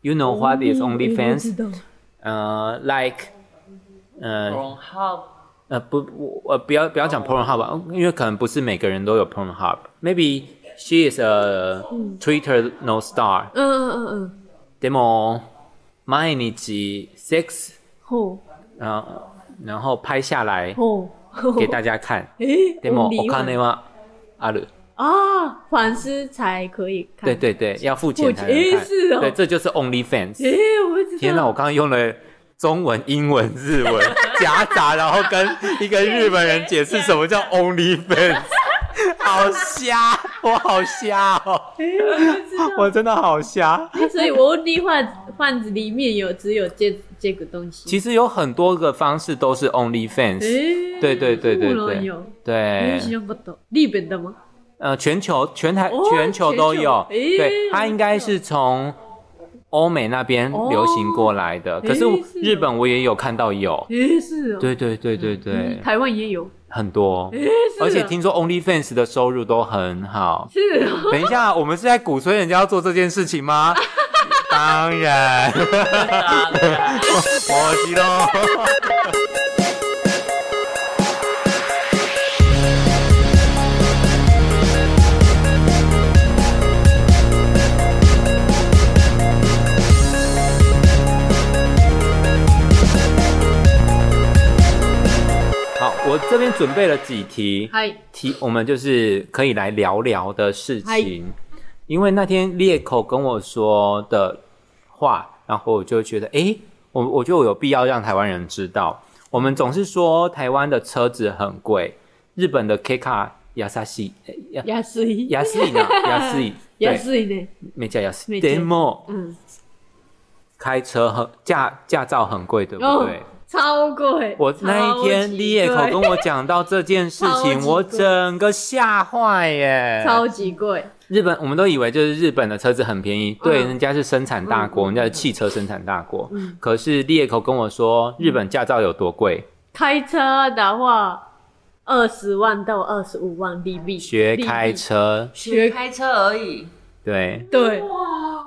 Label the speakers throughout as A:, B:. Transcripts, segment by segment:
A: You know what is
B: 知
A: OnlyFans？
B: 道
A: 呃，like，呃
C: Pornhub
A: 呃不，我呃不要不要讲 Pornhub，吧因为可能不是每个人都有 Pornhub。Maybe she is a Twitter no star。
B: 嗯嗯嗯嗯，
A: でも毎日 sex，
B: 吼
A: 呃，然后拍下来
B: 吼，
A: 给 大家看。
B: 诶，
A: でも
B: 我
A: お
B: 理
A: 金
B: 解
A: はある。
B: 啊，反思才可以看。
A: 对对对，要付钱才能
B: 付钱
A: 看。
B: 诶是哦
A: 对，这就是 OnlyFans。
B: 诶，我不知道。
A: 天哪，我刚刚用了中文、英文、日 文夹杂，然后跟一个日本人解释什么叫 OnlyFans，好瞎，我好瞎哦，
B: 诶我不知道。
A: 我真的好瞎。
B: 所以我的话贩子里面有只有这这个东西。
A: 其实有很多个方式都是 OnlyFans，
B: 诶
A: 对对对对
B: そうな
A: 对
B: んよ
A: 对
B: え，知らんかった。日本的吗？
A: 呃，全球全台
B: 哦
A: 全球都有，
B: 全球
A: 对，
B: 诶
A: 它应该是从欧美那边
B: 哦
A: 流行过来的，可是
B: 诶是哦
A: 日本我也有看到有，
B: 诶，是哦。
A: 对对对对对，
B: 台湾也有。
A: 很多，
B: 嗯诶，是
A: 而
B: 哦。
A: 且听说 OnlyFans 的收入都很好。
B: 是哦。
A: 等一下，我们是在鼓吹人家要做这件事情吗？当然，我知道。好，我这边准备了几题。
B: 嗨，
A: 提，我们就是可以来聊聊的事情。因为那天裂口跟我说的话，然后我就觉得，诶，我我就有必要让台湾人知道。我们总是说台湾的车子很贵，日本的 K 卡亚萨西亚
B: 安い。
A: 亚西 呢亚西对，
B: 安いね。
A: 没加亚西
B: 没加
A: ，demo
B: 嗯。
A: 开车很驾驾照很贵，对不
B: 哦
A: 对？
B: 超贵！
A: 我那一天
B: 厉
A: 裂口跟我讲到这件事
B: 超级
A: 情，我
B: 贵
A: 整个吓坏耶！
B: 超级贵，
A: 日本，我们都以为就是日本的车子很便宜，对，
B: 嗯
A: 人家是生产大国，
B: 嗯
A: 人家是汽车生产大国。
B: 嗯
A: 可是猎口跟我说，日本驾照有多贵，
B: 开车的话二十万到二十五万利币，
A: 学开车，
B: 利币
C: 学
B: 学
C: 开车而已，
A: 对，
B: 对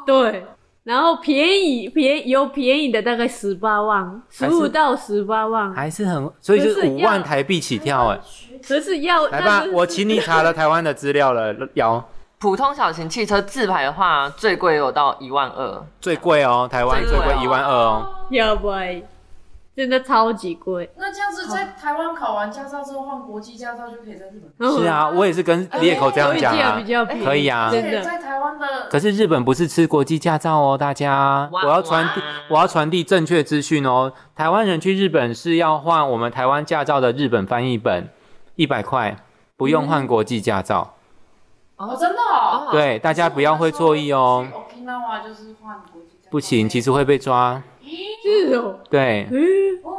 B: 对，然后便宜便有便宜的大概十八万，
A: 还
B: 十
A: 是
B: 五到十八万，
A: 还是很，所以就是
B: 就是
A: 五
B: 要
A: 万台币起跳 哎。
B: 可是要
A: 来吧
B: 但，是
A: 我请你查了台湾的资料了，姚
C: 普通小型汽车自排的话，最贵有到一万二。
A: 最贵哦，台湾最
C: 最贵
A: 贵
C: 哦
A: 一万二哦，
B: 要不然真的超级贵，
D: 那这样子，在台湾考完驾照之后换国际驾照就可以在日本。
B: 嗯
A: 是啊，我也是跟猎口这样
B: 所以
A: 讲
B: 样
A: 啊
B: 哎比。较便宜
A: 可以啊
D: 而
B: 真
D: 且
B: 的
D: 在台湾的
A: 可是日本不是吃国际驾照哦，大家，
C: 哇
A: 我要传递
C: 哇
A: 我要传递正确资讯哦。台湾人去日本是要换我们台湾驾照的日本翻译本，一百块，不用换国际驾照。
D: 哦，真的
C: 哦，
D: 哦，
A: 对，大家不要会错意哦，
D: 去 Okinawa 就是换国际驾照。
A: 不行，其实会被抓。
B: 是哦，
A: 对，
B: 嗯，
D: 哦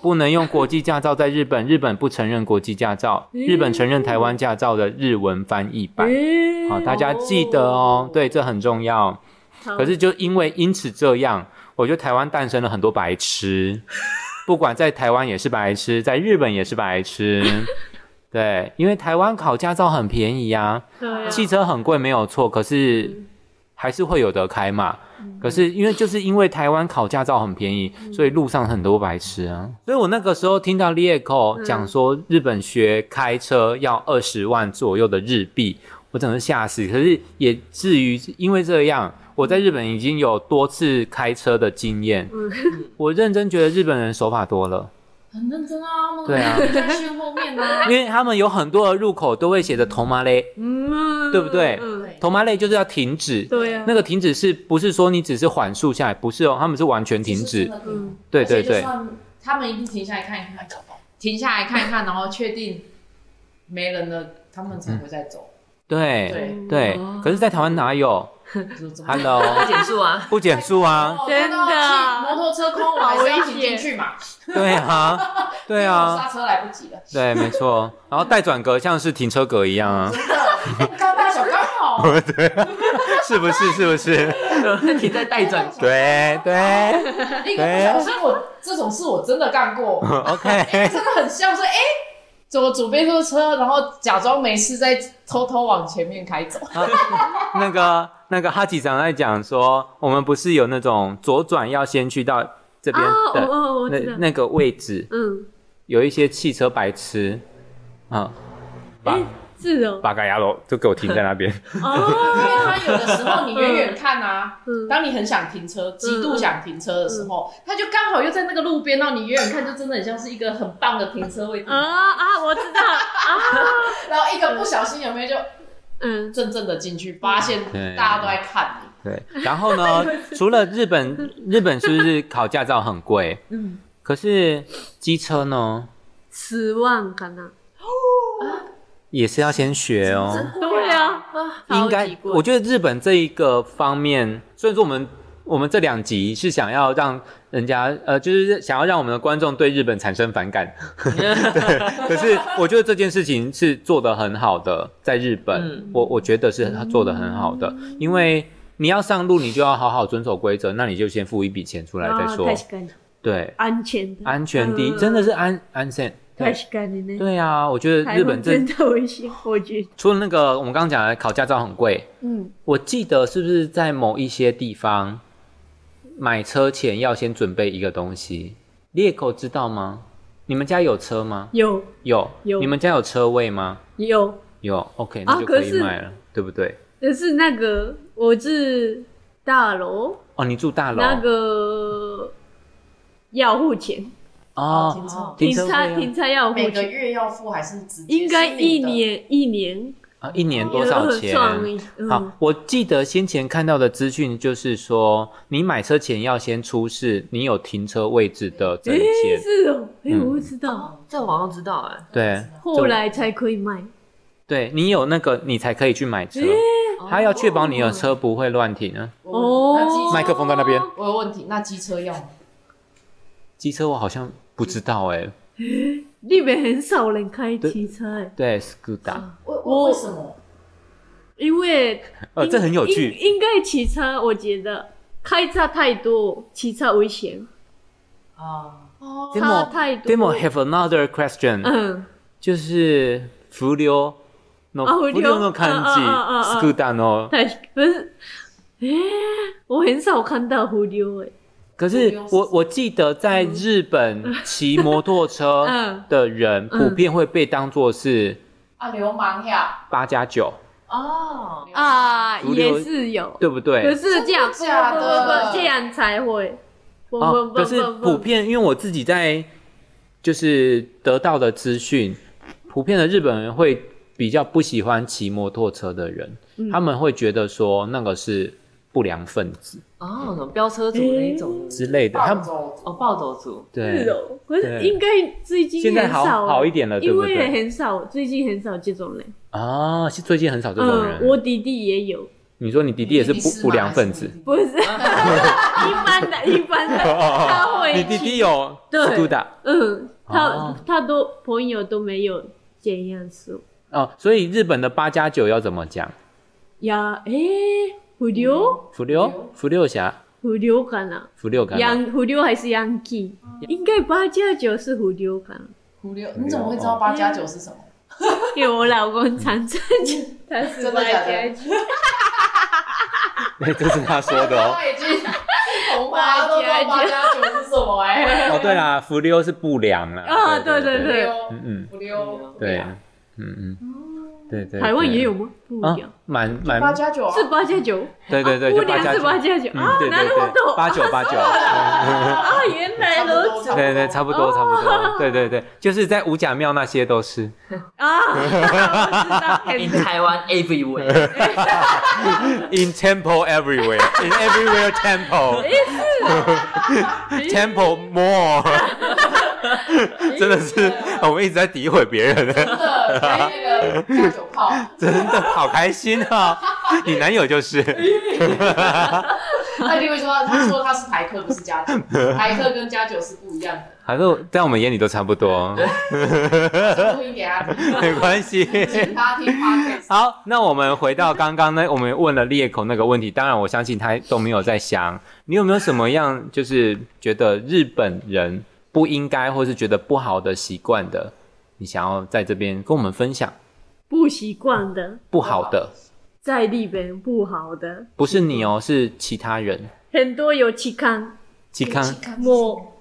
A: 不能用国际驾照在日本，日本不承认国际驾照，
B: 嗯
A: 日本承认台湾驾照的日文翻译版。
B: 嗯
A: 好，大家记得哦，对，这很重要。可是就因为因此这样，我觉得台湾诞生了很多白痴，不管在台湾也是白痴，在日本也是白痴。对，因为台湾考驾照很便宜啊，
B: 对啊
A: 汽车很贵没有错，可是还是会有得开嘛。可是因为就是因为台湾考驾照很便宜，所以路上很多白痴啊。所以我那个时候听到 l i 口讲说日本学开车要二十万左右的日币，我整个吓死。可是也至于因为这样，我在日本已经有多次开车的经验，我认真觉得日本人手法多了。
D: 很认真啊，他们
A: 对啊
D: 在训后面 呢。
A: 因为他们有很多的入口都会写着“头麻嘞
B: 嗯，
A: 对不对
B: 嗯”，
A: 头麻嘞就是要停止。
B: 对啊，
A: 那个停止是不是说你只是缓速下来？不是哦，他们是完全停
D: 就
A: 止
D: 是真。的可以
B: 嗯，
A: 对
D: 而且
A: 对
D: 就
A: 对，
D: 算他们一定停下来看一看，停下来看一看，然后确定没人了，他们才会再 走。
A: 对
D: 对，
A: 对。可是，在台湾哪有
D: 就是这么
A: ？Hello，
C: 减速啊，
A: 不减速啊？
D: 哦
B: 真的
D: 看到骑摩托车空，我还是要停进去嘛。
A: 对啊，对
D: 因为我
A: 啊，
D: 刹车来不及了。
A: 对，没错。然后带转格像是停车格一样啊，
D: 真的，刚大小刚好。
A: 是不是？是不是？
C: 你在带转
D: 小
A: 对对
D: 一个不小心，我这种事我真的干过，
A: ，OK。
D: 真的很像是哎。怎么左边坐车，然后假装没事，再偷偷往前面开走？
A: 那个那个哈吉长在讲说，我们不是有那种左转要先去到这边
B: 哦，我
A: 的、
B: 我我
A: 那
B: 知道，
A: 那个位置，
B: 嗯，
A: 有一些汽车白痴，啊、把
B: 哎，是哦，
A: 八嘎牙楼就给我停在那边。
B: 哦，
D: 因为它啊有的时候你远远看啊，嗯
B: 嗯，
D: 当你很想停车，极度想停车的时候，它就刚好又在那个路边，然后你远远看就真的很像是一个很棒的停车位置，
B: 啊啊，我知道啊，
D: 然后一个不小心有没有就
B: 嗯，
D: 真正的进去，发现
A: 对
D: 大家都在看 你。
A: 对，然后呢，除了日本，日本是不是考驾照很贵？
B: 嗯，
A: 可是机车呢，
B: 十万可能，
A: 也是要先学哦。
B: 对啊，
A: 应
B: 超级
A: 该，
B: 贵
A: 我觉得日本这一个方面，虽然说我们我们这两集是想要让人家呃，就是想要让我们的观众对日本产生反 感，对。可是我觉得这件事情是做得很好的，在日本，
C: 嗯
A: 我我觉得是做得很好的，因为你要上路，你就要好好遵守规则，那你就先付一笔钱出来再
B: 啊
A: 说，
B: 確かに
A: 对。
B: 安全的，
A: 安全第一，
B: 嗯
A: 真的是安安全。对
B: 確かにね，
A: 对啊，我觉得
B: 台
A: 日
B: 湾
A: 本这
B: 真的危险，我觉 得，
A: 除了那个我们刚刚讲的考驾照很贵，
B: 嗯，
A: 我记得是不是在某一些地方买车前要先准备一个东西？猎狗知道吗？你们家有车吗？
B: 有
A: 有。
B: 有
A: 你们家有车位吗？
B: 有，
A: 有。OK，那就
B: 可
A: 可以
B: 是
A: 买了，对不对？
B: 就是那个我是大楼
A: 哦，你住大楼
B: 那个要付钱，
A: 哦，
D: 停
A: 停车
B: 停
D: 车
B: 车
A: 位啊
B: 停车要付
D: 每个
B: 钱，
D: 月要付还是直接？
B: 应该一。年一年
A: 啊，一年多少钱？
B: 算一嗯
A: 好，我记得先前看到的资讯就是说，你买车前要先出示你有停车位置的证
B: 诶，
A: 件，
B: 是哦，诶，
A: 嗯
B: 我不知道，
C: 这我好像知道哎、
A: 对
B: 后来才可以卖。哎
A: 对你有那个你才可以去买车，他要确保你的车不会乱停啊。
D: 哦，那
B: 哦，
D: 机
A: 麦克风在那边
D: 我有问题，那机车要吗？
A: 机车我好像不知道哎、
B: 日本很少人开机车欸，
A: 对，Scuda，
D: 为
B: 我
D: 为什么？
B: 因为
A: 呃，
B: 应
A: 这很有趣，
B: 应应该骑车，我觉得开车太多，骑车危险，
C: 啊，
D: 哦，
A: Demo-
B: 差太多。
A: Demo have another question，、
B: 嗯，
A: 就是浮流，no，
B: 啊浮
A: 浮
B: 流
A: 流の
B: 啊
A: 感
B: 啊
A: じ
B: 啊啊啊
A: ，Scuda の。
B: 太不是，诶，我很少看到哎胡溜诶，
A: 可
D: 浮
A: 是
D: 流是
A: 我我记得在日本骑摩托车
B: 嗯
A: 的人，
B: 嗯
A: 普遍会被当作是
D: 啊，流氓呀！
A: 八加九，
C: 哦，
B: 啊，
A: 胡溜
B: 也是有，
A: 对不
B: 可
A: 对？
B: 是这样
D: 真的假的
B: 不不不不这样才会。不不不
A: 哦可是
B: 不不
A: 普遍，因为我自己在就是得到的资讯，普遍的日本人会比较不喜欢骑摩托车的人，
B: 嗯
A: 他们会觉得说那个是不良分子
C: 哦，什么飙车族那一种，
A: 之类的。他
D: 暴
A: 们
D: 走
C: 哦，暴走族，
B: 是
A: 对，
B: 哦，可是
A: 对
B: 应该最近
A: 现在
B: 很
A: 好
B: 少
A: 好
B: 了
A: 一点了，对
B: 因
A: 不
B: 为
A: 对？
B: 很少，最近很少这种人。
A: 啊，是最近很少这种
B: 嗯，我
A: 人。
B: 弟弟也有，
A: 你说你弟弟也是
D: 你
A: 不
D: 吗
A: 不良分子
D: 还。是你弟弟
B: 不是
A: 啊
B: 一般的，一般的，他会
A: 哦你弟弟有
B: 对
A: Skoda
B: 嗯，他、
A: 哦
B: 他都朋友都没有这样说
A: 哦，所以日本的八加九要怎么讲？
B: 呀，诶、不溜
A: 福六福六侠
B: 不溜かな，
A: 福六嗯感
B: 洋不溜还是洋基？应该八加九是不溜かな，
D: 胡六，你怎么会知道八加九是什么？
B: 因为我老公常常就 他是
D: 嗯真的
B: 八
D: 假
B: 加
D: 的
B: 九，
A: 对， 这是他说的哦。
D: 他已经 红花都知道八加九是什 么 哎。
A: 哦，对啦，福六是不良啦。
B: 啊对对
D: 胡
B: 对
D: 六，
A: 嗯
D: 胡六，
A: 嗯，对，嗯嗯，对对。
B: 台湾
A: 对
B: 也有吗？不
A: 啊
B: 聊，，
A: 蛮
D: 哦八
A: 蛮，
D: 加九啊
B: 是八加九，
A: 对对对，
B: 不
A: 就八
B: 良
A: 加
B: 是
A: 九，
B: 八加九
A: 嗯，
B: 啊，
A: 对
B: 哪
A: 对
B: 那么
A: 对，
B: 多
A: 八九八九。嗯
B: 啊，原来如此
D: 差不多
A: 对对，差不
B: 哦
A: 多，差不多，对对对，就是在五甲庙那些都是，
B: 啊，我知道，
C: in
B: 很
C: 台湾 everywhere，
A: In temple everywhere, in everywhere temple, temple more，真的是
B: 啊
A: 我们一直在诋毁别人，
D: 真的开那个加九炮，
A: 真的好开心啊！你男友 就是
D: 他就会说他说他是台客，不是加九，台客跟加九是不一样的，
A: 还是在我们眼里都差不 多，
D: 就故意给他听，
A: 没关系。
D: 请他听 podcast。
A: 好，那我们回到刚刚呢，我们问了裂口那个问题，当然我相信他都没有在想，你有没有什么样就是觉得日本人不应该或是觉得不好的习惯的，你想要在这边跟我们分享
B: 不习惯的，嗯
A: 不好的，
B: 在日本不好的，
A: 不是你哦，是其他人。
B: 很多有期刊，
A: 期刊
B: 我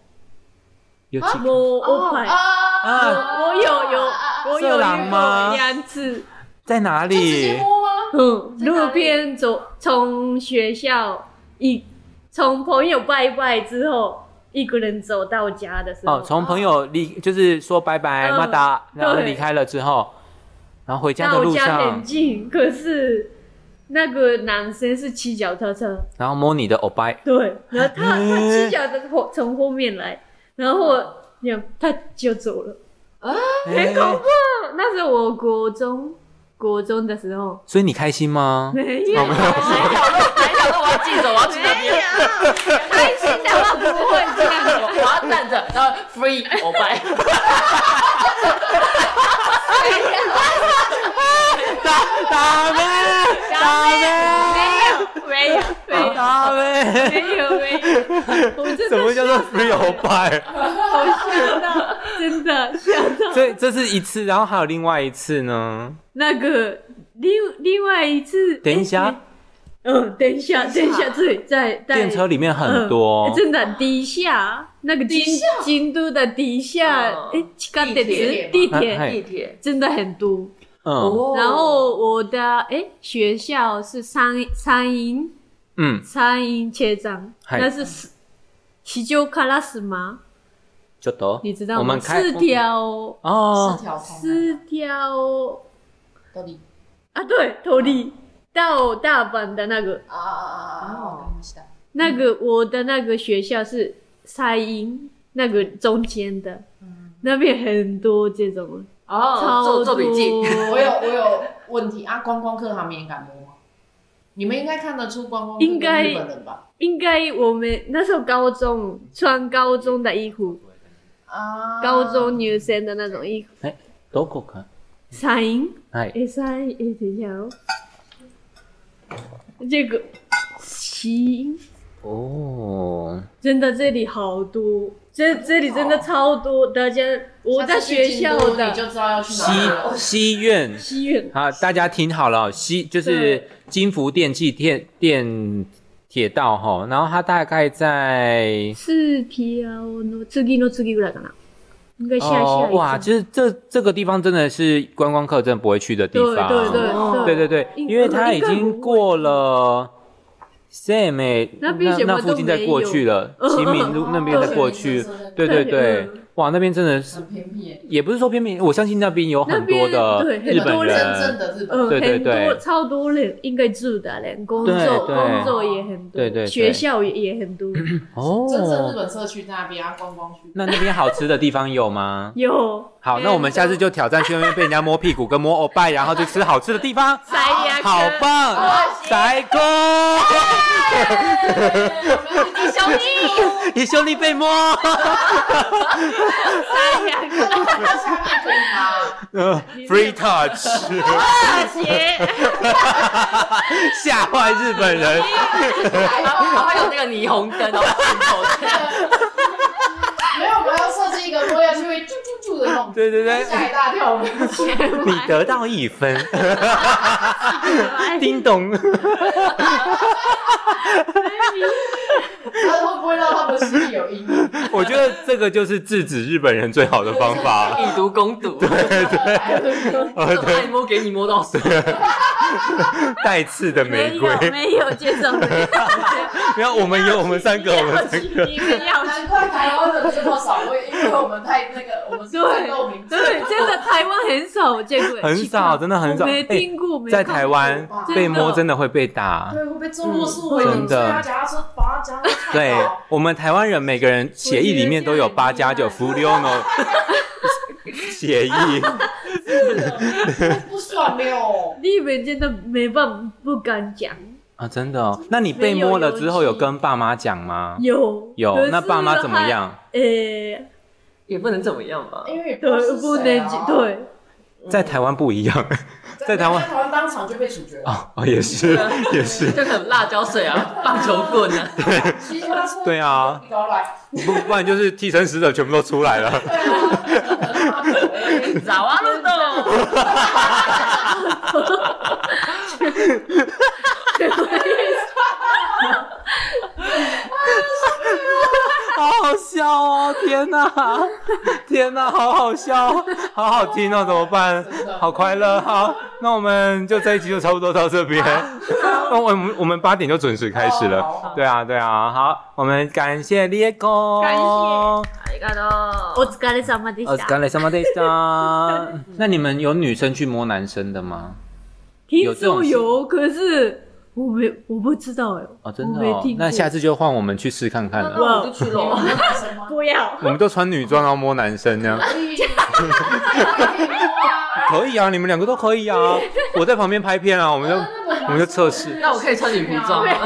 A: 有期刊
B: 我
D: 哦
B: 我买，
A: 啊
B: 我有有我有
A: 色狼
B: 用
A: 吗
B: 过两次，
A: 在哪
D: 就直接
A: 里？
D: 摸吗？
B: 嗯，
D: 在哪里
B: 路边走，从学校一从朋友拜拜之后，一个人走到家的时候，
A: 哦，从朋友离就是说拜拜，
B: 嗯
A: 马达，然后
B: 对
A: 离开了之后，然后回家的
B: 到
A: 路
B: 家很
A: 上，
B: 近，可是那个男生是骑脚踏车，
A: 然后摸你的欧拜，
B: 对，然后他他
A: 欸
B: 骑脚的后从后面来，然后我两他就走了，
A: 哎
B: 很恐怖。那是我国中国中的时候，
A: 所以你开心吗？
B: 没有
A: 哦没有
C: 还想说我要记着，我要去那边，
B: 开心的话不会这样。
C: 我要站 着，然后 free 我拜。
A: 打打呗，打呗，
B: 没有没有
A: 打呗。
B: 没有没有，我真
A: 什
B: 的
A: 么叫做 free 欧拜？
B: 好吓到，真的吓到。
A: 这这是一次，然后还有另外一次呢。
B: 那个另另外一次，
A: 等一
B: 哎
A: 下，，
B: 嗯，等一下，等一下，这里在在
A: 电车里面很多
B: 嗯，真的底下那个京
D: 底下
B: 京都的底下，
C: 嗯
B: 哎，干的
D: 铁
B: 地
A: 嘛啊嗨
B: 铁
C: 地铁，
B: 真的很多。
A: 嗯
B: 然后我的哎学校是三三营
A: 嗯，
B: 三营车站，
A: 嗨
B: 那是四西九卡拉斯吗？
A: 就得
B: 你知道
A: 我
B: 吗？
A: 们开
B: 四条
A: 哦
D: 四，条通
B: 四条
D: 到底
B: 啊，对，头里到大阪的那个
D: 啊啊啊啊啊！わかりました
B: 那个我的那个学校是三营那个中间的，
D: 嗯
B: 那边很多这种。
C: 哦，
B: 超
C: 做做笔记，
B: 多
D: 我有我有问题啊！观光客他们也敢摸吗？你们应该看得出观光客跟
B: 应该
D: 日本人吧？
B: 应该我们那时候高中穿高中的衣服，
D: 啊，
B: 高中女生的那种衣服。
A: どこか。
B: 三营，
A: 哎，
B: 哎三营，哎等一下哦，这个七营，
A: 哦，
B: 真的这里好多，这这里真的超多，大家我在
D: 下次去
B: 学校
D: 京都你
B: 的
D: 就知道要去哪里了
A: 西。西苑。
B: 西院，
A: 好，大家听好了哦，西就是
B: 对
A: 金福电气电电铁道哈，然后它大概在
B: 四条の次の次ぐらいかな，应该下下
A: 哦
B: 一
A: 哇，
B: 站
A: 就是这这个地方真的是观光客真的不会去的地
B: 对
A: 方，
B: 对对
A: 对对对
B: 应
A: 因为它已
B: 应该不
A: 经
B: 会
A: 过了 Sam
B: 那
A: 那
B: 边什么
A: 那附
B: 都
A: 近再
B: 没
A: 过
B: 有
A: 去 了，
B: 嗯
A: 齐明
B: 嗯
A: 路
D: 嗯
A: 那边再
B: 对
A: 过去
D: 对对，
A: 对对
B: 对
A: 对
B: 嗯，
A: 哇，那边真的是
D: 很偏僻耶，
A: 也不是说偏僻，我相信那边有很多
B: 那
A: 的
B: 边对
A: 日
B: 很
A: 本
B: 多
D: 真
A: 人
D: 正，的日本人
B: 嗯，
A: 对对
B: 很多
A: 对
B: 超多人应该住的人，工
A: 对
B: 作
A: 对
B: 工作也很多，
A: 对对对
B: 学校也也很多，？
A: 哦，
D: 真正日本社区那边啊，观光区。
A: 那那边好吃的地方有吗
B: 有
A: 好，那我们下次就挑战去那边被人家摸屁股跟摸欧拜，然后去吃好吃的地 方。
B: 塞牙
A: 好
B: 科，
A: 棒，帅哥，
C: 你小弟，
A: 你兄弟被摸，
B: 塞牙科，
D: 下面可以吗？
A: 呃，free touch，
B: 大学
A: 吓坏日本 人。
C: 然后然后有那个霓虹灯，然后镜 头这样，
D: 没有，我们要设计一个摸下去会啾啾啾的那种，
A: 对对对，
D: 吓一大跳。我们
A: 你得到一分， 叮 咚。
D: 他会不会让他们心里有阴影？
A: 我觉得这个就是制止日本人最好的方 法。
C: 以毒攻毒，
A: 呃，对，
C: 爱摸给你摸到死，
A: 带刺的
B: 没
A: 玫瑰。
B: 有没有介绍，
A: 没有，我们有，我们三个，我们三个。
B: 你们要
D: 难怪台湾人这么少会，因为我们太那个，我们是战斗民族。
B: 对，真的台湾很少见过，
A: 很少，
B: 奇怪
A: 真的很少。
B: 我没
A: 哎
B: 听过，没
A: 在
B: 看
A: 台
B: 过
A: 湾
D: 过吧
A: 被摸真的会被打。
D: 对，会被周末
A: 嗯
D: 树为
A: 真
D: 零，
A: 的
D: 所以他脚踏车把他脚踏车踹
A: 对
D: 倒
A: 我们台湾人每个人协议里面都有八加九 f u l i o n o 协议。
D: 不爽了。
B: 日本真的没办法不敢讲，
A: 啊，真的、哦？那你被摸了之后有跟爸妈讲吗？
B: 有可
A: 有，
B: 是
A: 那爸妈怎么
B: 还？
A: 样？
B: 诶、
C: 也不能怎么样吧？
D: 因为也不知道
B: 对，
D: 是
B: 不
D: 谁
B: 能
D: 啊
B: 讲，对，
A: 在台湾不一样在台湾
D: 在台湾当场就被处决了，
A: 哦哦，也是也是，
C: 就很辣椒水啊，棒球棍啊，
D: 骑脚踏车
A: 对啊，
D: 你搞来，
A: 不不然就是替身使者全部都出来了。
C: 爪哇乱动，
A: 好好笑哦！天哪，天哪，好好笑，好好听哦，怎么办？好快乐，好，那我们就这一集就差不多到这边。那 我们我们八点就准时开始
D: 好好
A: 了
D: 好，
A: 对啊对啊，好，我们感谢猎狗，呃
D: 感
C: あ
D: 谢
C: りがと
B: お
C: う。
B: 疲れ様で
A: お
B: し
A: 疲
B: た。
A: れ様でした。那你们有女生去摸男生的吗？
B: 听说有，可是我没我不知道哎，
A: 哦，真的
B: 我没
A: 哦
B: 听。过
A: 那下次就换我们去试看看
C: 那
A: 了。
C: 哦我们就去 喽。
D: 什么？
B: 不要。
A: 我们都穿女装然后摸男生那样，可以啊，你们两个都可以啊。我在旁边拍片啊，我们就我们就测试。
C: 那我可以穿女仆装啊吗？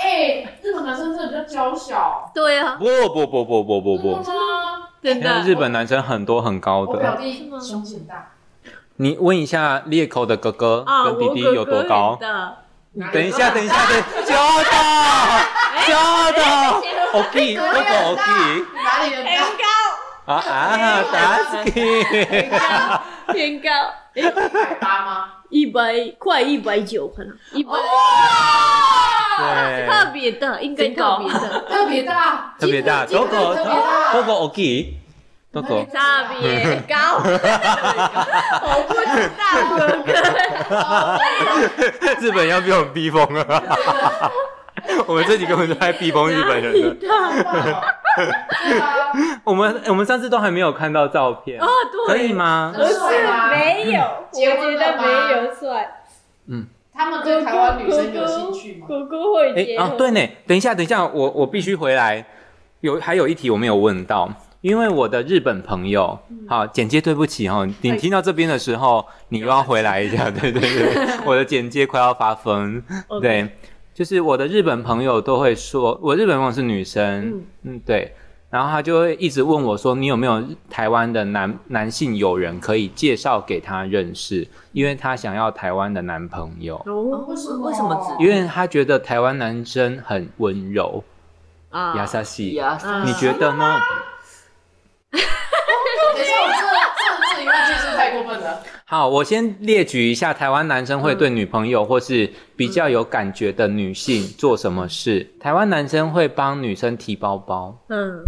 D: 哎，日本男生真的比较娇小，
B: 对啊，
A: 不不不不不不不，
D: 真的吗？
B: 真
A: 现在
B: 的
A: 日本男生很多很高
D: 我表
A: 的，
D: 弟胸很大，
A: 你问一下裂口的哥哥
B: 啊，
A: 跟弟
B: 我
A: 弟
B: 哥
A: 有多
B: 哥
A: 高
B: 很？大，
A: 等一下，等一下，等久的久的，OK，哥
D: 哎
A: 哥 OK
D: 哪里人
A: 啊
D: 大？
A: 啊，Dasky，
B: 偏高，
D: 百八吗？
B: 一百快一百九可能，一百特
A: 对，
B: 别大，应该特别大，
D: 特别大，
A: 特别大，
D: 金
A: 哥
D: 普
A: 哥
D: 金普特别大，
A: 哥哥 OK，哥哥
B: 特别 高，我不知道哥哥，
A: 日本要被我们逼疯了， 我们这几个人都在逼疯日本人了。
B: 大
D: 对啊，
A: 我们我们上次都还没有看到照片
B: 哦，对，嗯
A: 可以？吗？
B: 不是没有，我
D: 结
B: 觉
D: 婚了
B: 得
D: 吗
B: 没有帅，
D: 他们对台湾女生有兴趣吗？
B: 哥哥会
A: 哎、
B: 结
A: 啊，
B: 婚，
A: 对呢，等一下，等一下，我我必须回来。有还有一题我没有问到，因为我的日本朋友，
B: 嗯
A: 好简介，对不起哈、哦，你听到这边的时候，
B: 哎
A: 你又要回来一 下，对对对，我的简介快要发疯，
B: OK
A: 对，就是我的日本朋友都会说，我日本朋友是女生，嗯
B: 嗯
A: 对，然后他就会一直问我说，你有没有台湾的男男性友人可以介绍给他认识，因为他想要台湾的男朋友。
B: 哦
D: 为什么？
C: 为什么
A: 因为他觉得台湾男生很温柔，
B: 啊
A: 亚萨西，
C: 呀，
B: 啊
A: 你觉得呢？
D: 等一下，我这这这一问句是不是太过分了。
A: 好，我先列举一下台湾男生会对女朋友或是比较有感觉的女性做什么事。台湾男生会帮女生提包包，
B: 嗯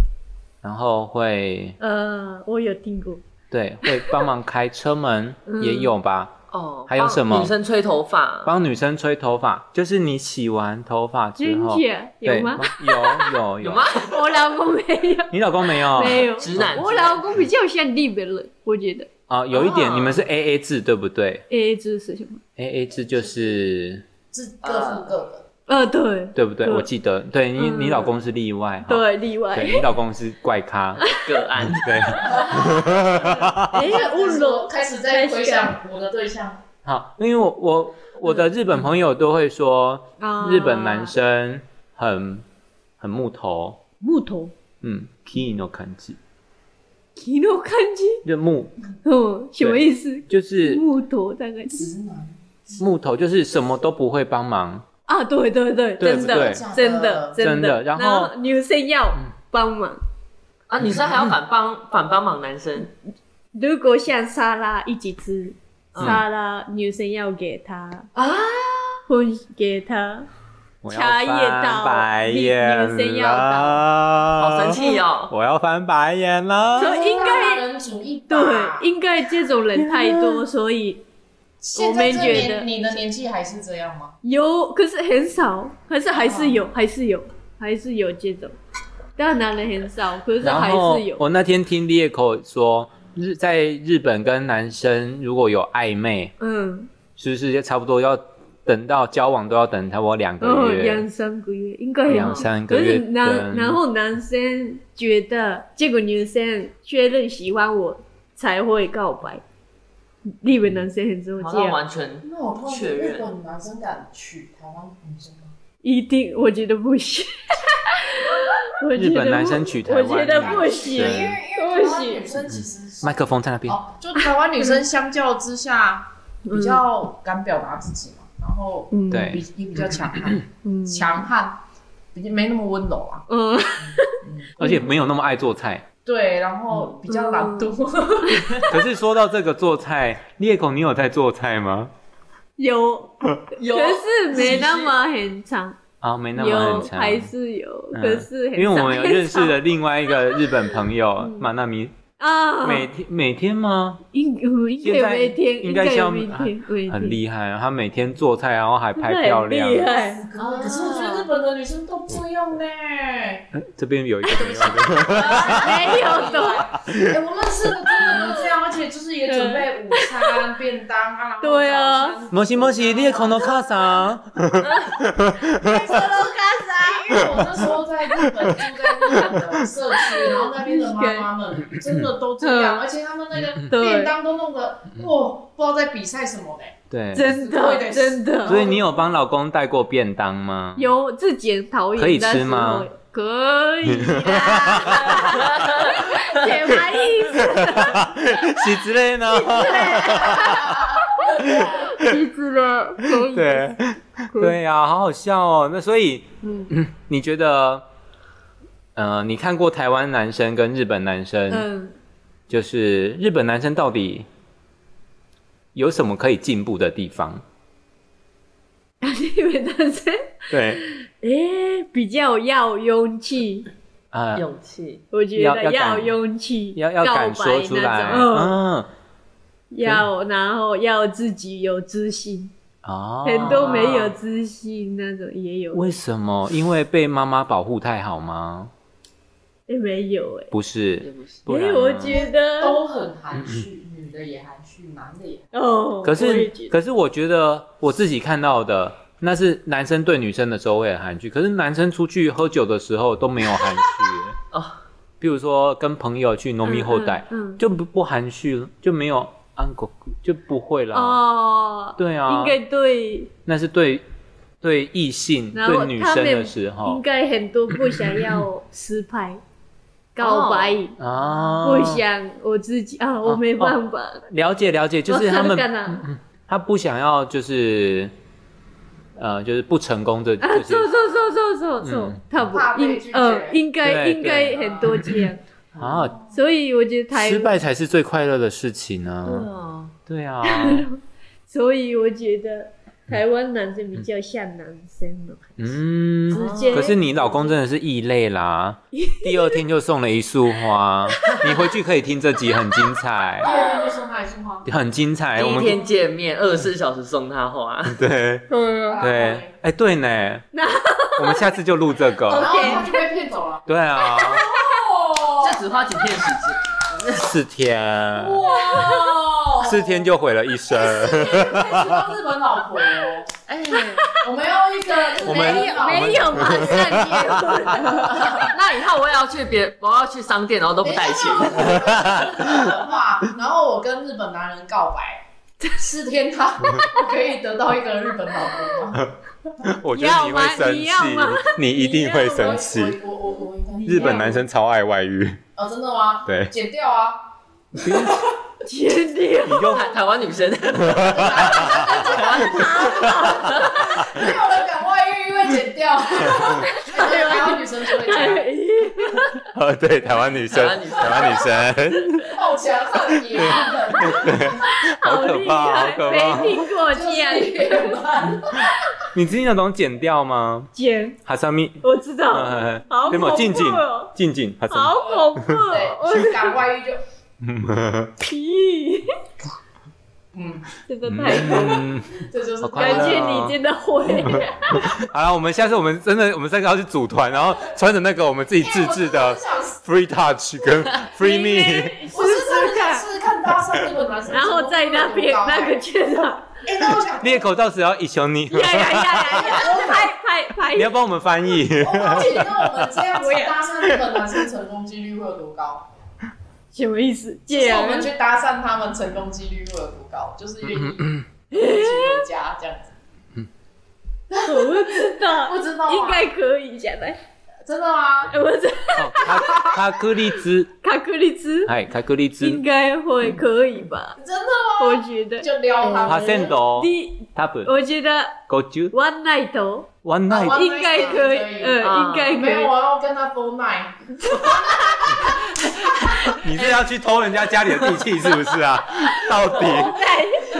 A: 然后会
B: 呃，我有听过，
A: 对会帮忙开车门，
B: 嗯
A: 也有吧，
C: 哦，
A: 还有什么
C: 帮女生吹头发，
A: 帮女生吹头发，就是你洗完头发之
B: 真
A: 后，
B: 假有
A: 对
B: 吗？？
A: 有有
C: 有
A: 有
C: 吗？？
B: 我老公没有，
A: 你老公没有？
B: 没有，
C: 直男
B: 我老公比较像日本人，我觉得
A: 啊，有一点，
C: 哦
A: 你们是 A A 制对不对
B: A 制是什么？
A: ？A A 制就是
D: 是各付各的，
B: 呃，对
A: 对不对？
B: 对
A: 我记得，对你，
B: 嗯
A: 你老公是例外，哈，
B: 对，例
A: 对
B: 外，
A: 你老公是怪 咖，
C: 个案，
A: 对，
B: 哎，乌 龙
D: 开始在回想我的对象，
A: 好，因为我我我的日本朋友都会说，
B: 啊
A: 日本男生很很木头，
B: 木头，
A: 嗯，key no 感じ，
B: キノカンジ，
A: 就木
B: 嗯，什么意思？
A: 就是
B: 木头大概是
D: 直男
A: 木头，就是什么都不会帮忙，
B: 啊，对对对，
A: 对
B: 真
A: 对
B: 的真的
A: 真的
B: 的，
A: 然后嗯
B: 女生要帮忙。
C: 啊，女生还要 反帮反帮忙男生，
B: 如果像沙拉一起吃，
A: 嗯
B: 沙拉女生要给他
C: 啊，
B: 分给他，
A: 我要
B: 茶叶
A: 翻
B: 到
A: 白
B: 你
A: 眼
B: 女生要
A: 了，
C: 好生，气哦。
A: 我要翻白眼了，
B: 所以应
D: 大
B: 该
D: 人主义吧
B: 对，应该这种人太 多，所以
D: 现
B: 我
D: 在
B: 没
D: 这
B: 觉
D: 年
B: 得
D: 你的年纪还是这样吗？
B: 有，可是很少，可是还是有，还是有，还是有这种，但男人很少，可是
A: 然
B: 还
A: 后
B: 是有。
A: 我那天听猎口说，日在日本跟男生如果有暧昧，
B: 嗯，
A: 是不是就差不多要等到交往都要等差不多两
B: 然
A: 个
B: 后哦两
A: 月、
B: 三个月应该
A: 两
B: 有。
A: 三
B: 可
A: 个月
B: 是
A: 跟？
B: 男，然后男生觉得这个女生确认喜欢我才会告白，日本男生很啊多
C: 好
B: 这
C: 像
B: 样，
C: 完全
D: 那我
C: 确
D: 看
C: 认
D: 日本男生敢娶台湾女生吗？
B: 一定我觉得不行。 我觉得
A: 日本男生
B: 不
A: 取台
B: 我觉
A: 湾
B: 得
A: 女
B: 不
A: 生
B: 行，
D: 因为
A: 对
D: 因为台湾女生其实是
A: 麦克风在那边，
D: 哦，就台湾女生
B: 嗯
D: 相较之下比较敢表达自己嘛，然后
B: 嗯
A: 对
D: 比也比较强悍，
B: 嗯
D: 强悍，比较没那么温柔啊。
B: 嗯，
A: 而且没有那么爱做 菜。
D: 对，然后比较懒
B: 嗯
D: 惰，
A: 可是说到这个做菜，猎狗，你有在做菜吗？
B: 有，
D: 有
B: 可是没那么很长，
A: 啊，没那么
B: 哦有
A: 很长。
B: 还是有，
A: 嗯
B: 可是
A: 因
B: 很
A: 为我
B: 长
A: 们有
B: 很
A: 认识
B: 长
A: 的另外一个日本朋友 马纳米，
B: 啊，
A: 每天每天吗？
B: 应应该
A: 现
B: 有
A: 在
B: 每天，
A: 应该
B: 有
A: 像
B: 每天，
A: 很厉害啊，他每天做菜，然后还拍漂亮。
B: 厉害，
D: 可可是我觉得日本的女生都不用欸呢。
A: 呃这边有一个没 有的，
B: 没有的，
D: 哎，我们是真的都这样，而且就是也准备午餐、便当啊，然后
B: 对啊
D: 早餐
A: 摩西摩西，猎口诺卡桑，
D: 因为我那时候在日本住在日本的社区，然后那边的妈妈们真的都这样，
B: 嗯
D: 而且他们那个
B: 对
D: 便当都弄得哇，不知道在比赛什么嘞。
A: 对。
B: 真的真的，
A: 所以你有帮老公带过便当吗？。
B: 有自检桃园
A: 可以吃吗？
B: 可 以啦，解完意思
A: 喜之类 呢？
B: 意思了，可以。
A: 对，对呀、好好笑哦。那所以
B: 嗯
A: 你觉得，呃，你看过台湾男生跟日本男生，
B: 嗯，
A: 就是日本男生到底有什么可以进步的地方？
B: 你们男生
A: 对，
B: 诶比较要勇气，
A: 啊、
C: 勇气，
B: 我觉
A: 要
B: 得
A: 要
B: 要
A: 敢
B: 勇气，
A: 要要
B: 告
A: 敢
B: 白
A: 说出来，
B: 那种嗯，
A: 嗯，
B: 要然后要自己有自信，
A: 哦，
B: 很多没有自信那种也有，
A: 为什么？因为被妈妈保护太好吗？
B: 诶没有诶，
A: 不
C: 也
A: 是，
C: 不是。
A: 不然
B: 诶
A: 呢
B: 我觉得
D: 都很含蓄，女的也含蓄，男的也。
B: 哦，
A: 可
B: 我
A: 是
B: 也觉，得
A: 可是我觉得我自己看到的，那是男生对女生的时候会很含蓄，可是男生出去喝酒的时候都没有含 蓄。
C: 哦
A: 比如说跟朋友去农民后代，
B: 嗯嗯嗯
A: 就不不含蓄了，就没有安狗就不会了。
B: 哦，
A: 啊对啊，
B: 应该对，
A: 那是对对异性
B: 然后
A: 对女
B: 他
A: 生
B: 们
A: 的时候
B: 应该很多不想要失
A: 哦
B: 败，告白。
A: 啊，
B: 不想我自己啊，我没办法，
A: 了解了解，哦就是他
B: 我
A: 们
B: 干了，
A: 他不想要就是呃就是不成功的，
B: 啊，
A: 就
B: 错
A: 是
B: 错错错错错
A: 嗯，
B: 他不
D: 怕被
B: 应
D: 拒绝
B: 呃，应该
A: 对
B: 应该
D: 对
B: 很多这 样，
A: 啊
B: 所以我觉得台
A: 失败才是最快乐的事情呢、
C: 嗯，
A: 对啊，
B: 所以我觉得台湾男生比较像男生哦，
A: 嗯。
B: 直接。
A: 可是你老公真的是异类啦，第二天就送了一束花。你回去可以听这集，很精彩，
B: 嗯
D: 就送他一束花，
A: 很精彩。
C: 第
A: 哎我
C: 一
A: 们
C: 天见面，二十四小时送他 花，
A: 对
B: 嗯，
A: 对，哎、对呢，我们下次就录这
D: 然
A: 个。
D: 后他就被骗走了。
A: 对啊，
D: 哦，
C: 这只花几天时间，
A: 四天，
D: 哇！
A: 四天就毁了一生。
D: 娶到日本老婆哦。
C: 哎，
D: 我们要一个
A: 我们
B: 没有 没有马上结婚，
C: 那以后我也要去别，我要去商店，然后都不带钱。
D: 的话，然后我跟日本男人告白，四天他可以得到一个日本老公吗？
A: 我觉得你会生
B: 你
A: 气
B: 要吗，
A: 你一定会生气。
D: 我我我我应该
A: 日本男生超爱外遇，
D: 哦，真的吗？
A: 对
D: 剪掉啊！
B: 天掉
A: 你就
C: 台台湾女生，
D: 没有人敢外遇，因为剪掉。而且台湾女生就会这样，
A: 呃，对，台湾女生，台
C: 台
A: 湾女生，
D: 好强，很野蛮，
A: 好可
B: 厉
A: 怕，好
B: 害，
A: 可怕
B: 没。听过
D: 就是
B: 这样
D: 野蛮。
A: 你听得懂剪掉吗？
B: 剪，
A: 哈萨米，
B: 啊我知 道，
A: 呃，
B: 好恐怖
A: 静静
B: 哦，
A: 静静，哈萨
B: 好恐怖哦，我
D: 对，敢外遇就
A: 米。
B: 屁，
D: 嗯，
B: 真的太恐怖了。
A: 嗯，
D: 这就是
A: 好快
B: 感
A: 乐
B: 觉你真的会，
A: 好了，我们下次我们真的，我们三个要去组团，然后穿着那个我们自己自制 的 Free Touch 跟 Free Me，
B: 试
D: 我是
B: 试
D: 真的想
B: 看，
D: 试试看搭讪日本男生，
B: 然后在那边
D: 怎么会有
B: 那个
D: 人
B: 圈上，
D: 告白，哎，那我想
A: 裂口到时要一求 你，
B: 呀呀呀呀呀，我拍拍 拍
A: 你，要帮我们翻 译。
D: 我好奇，那我们这样子搭讪日本男生成功几率会有多高？
B: 什么意思？
D: 就
B: 这
D: 是啊
B: 样
D: 我们去搭讪他们成功几率会有多高？就是愿意一起回家这样子。
B: 我不知道，
D: 不知道啊
B: 应该可以下来。
D: 真的啊吗？
B: 哎，我这
A: 哦卡卡克利兹，
B: 卡克力兹
A: 哎，卡克利
B: 应
A: 兹，
B: 该会可以吧？
D: 真的吗？
B: 我觉得
D: 就撩他
A: 帕
D: 们。
A: 森多，
B: 第，
A: 哦他不
B: 我觉得
A: 狗九
B: one night
A: one
D: 啊
A: night，
D: one-
B: 应该哦可以，嗯，应该可
D: 没有，啊
B: 以。
D: 我要跟他 full night。
A: 你是要去偷人家家里的地契是不是啊？ 到底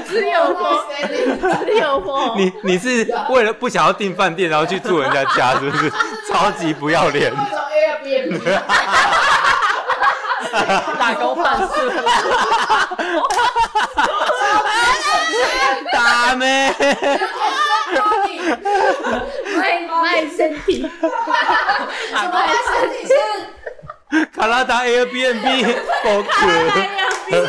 B: 只有我，
D: 我，
B: 只有我。
A: 你你是为了不想要订饭店，然后去住人家家是不 是？超级不要脸
D: 为什么 Airbnb？
C: 打工换宿，
A: 打咩？
B: 卖卖身 体，
D: 什么身体啊是？
A: 卡拉达 Airbnb 狗九，
B: 哎呀，不是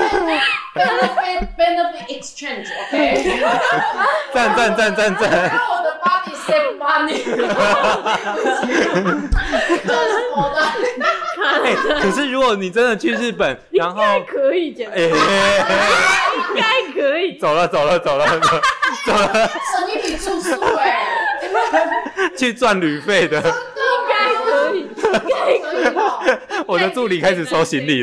D: uh, benefit benefit exchange OK，
A: 赞赞赞赞赞！
D: 让我的 body save money，就是我的
A: 哎，可是如果你真的去日本，然
B: 应
A: 后
B: 该可以讲，
A: 哎，
B: 应该可以。
A: 走了走了走了走了，
D: 省一笔住宿哎，
A: 去赚旅费的，哎
B: 应该可以，应该
D: 可以哦。
A: 我的助理开始收行李了。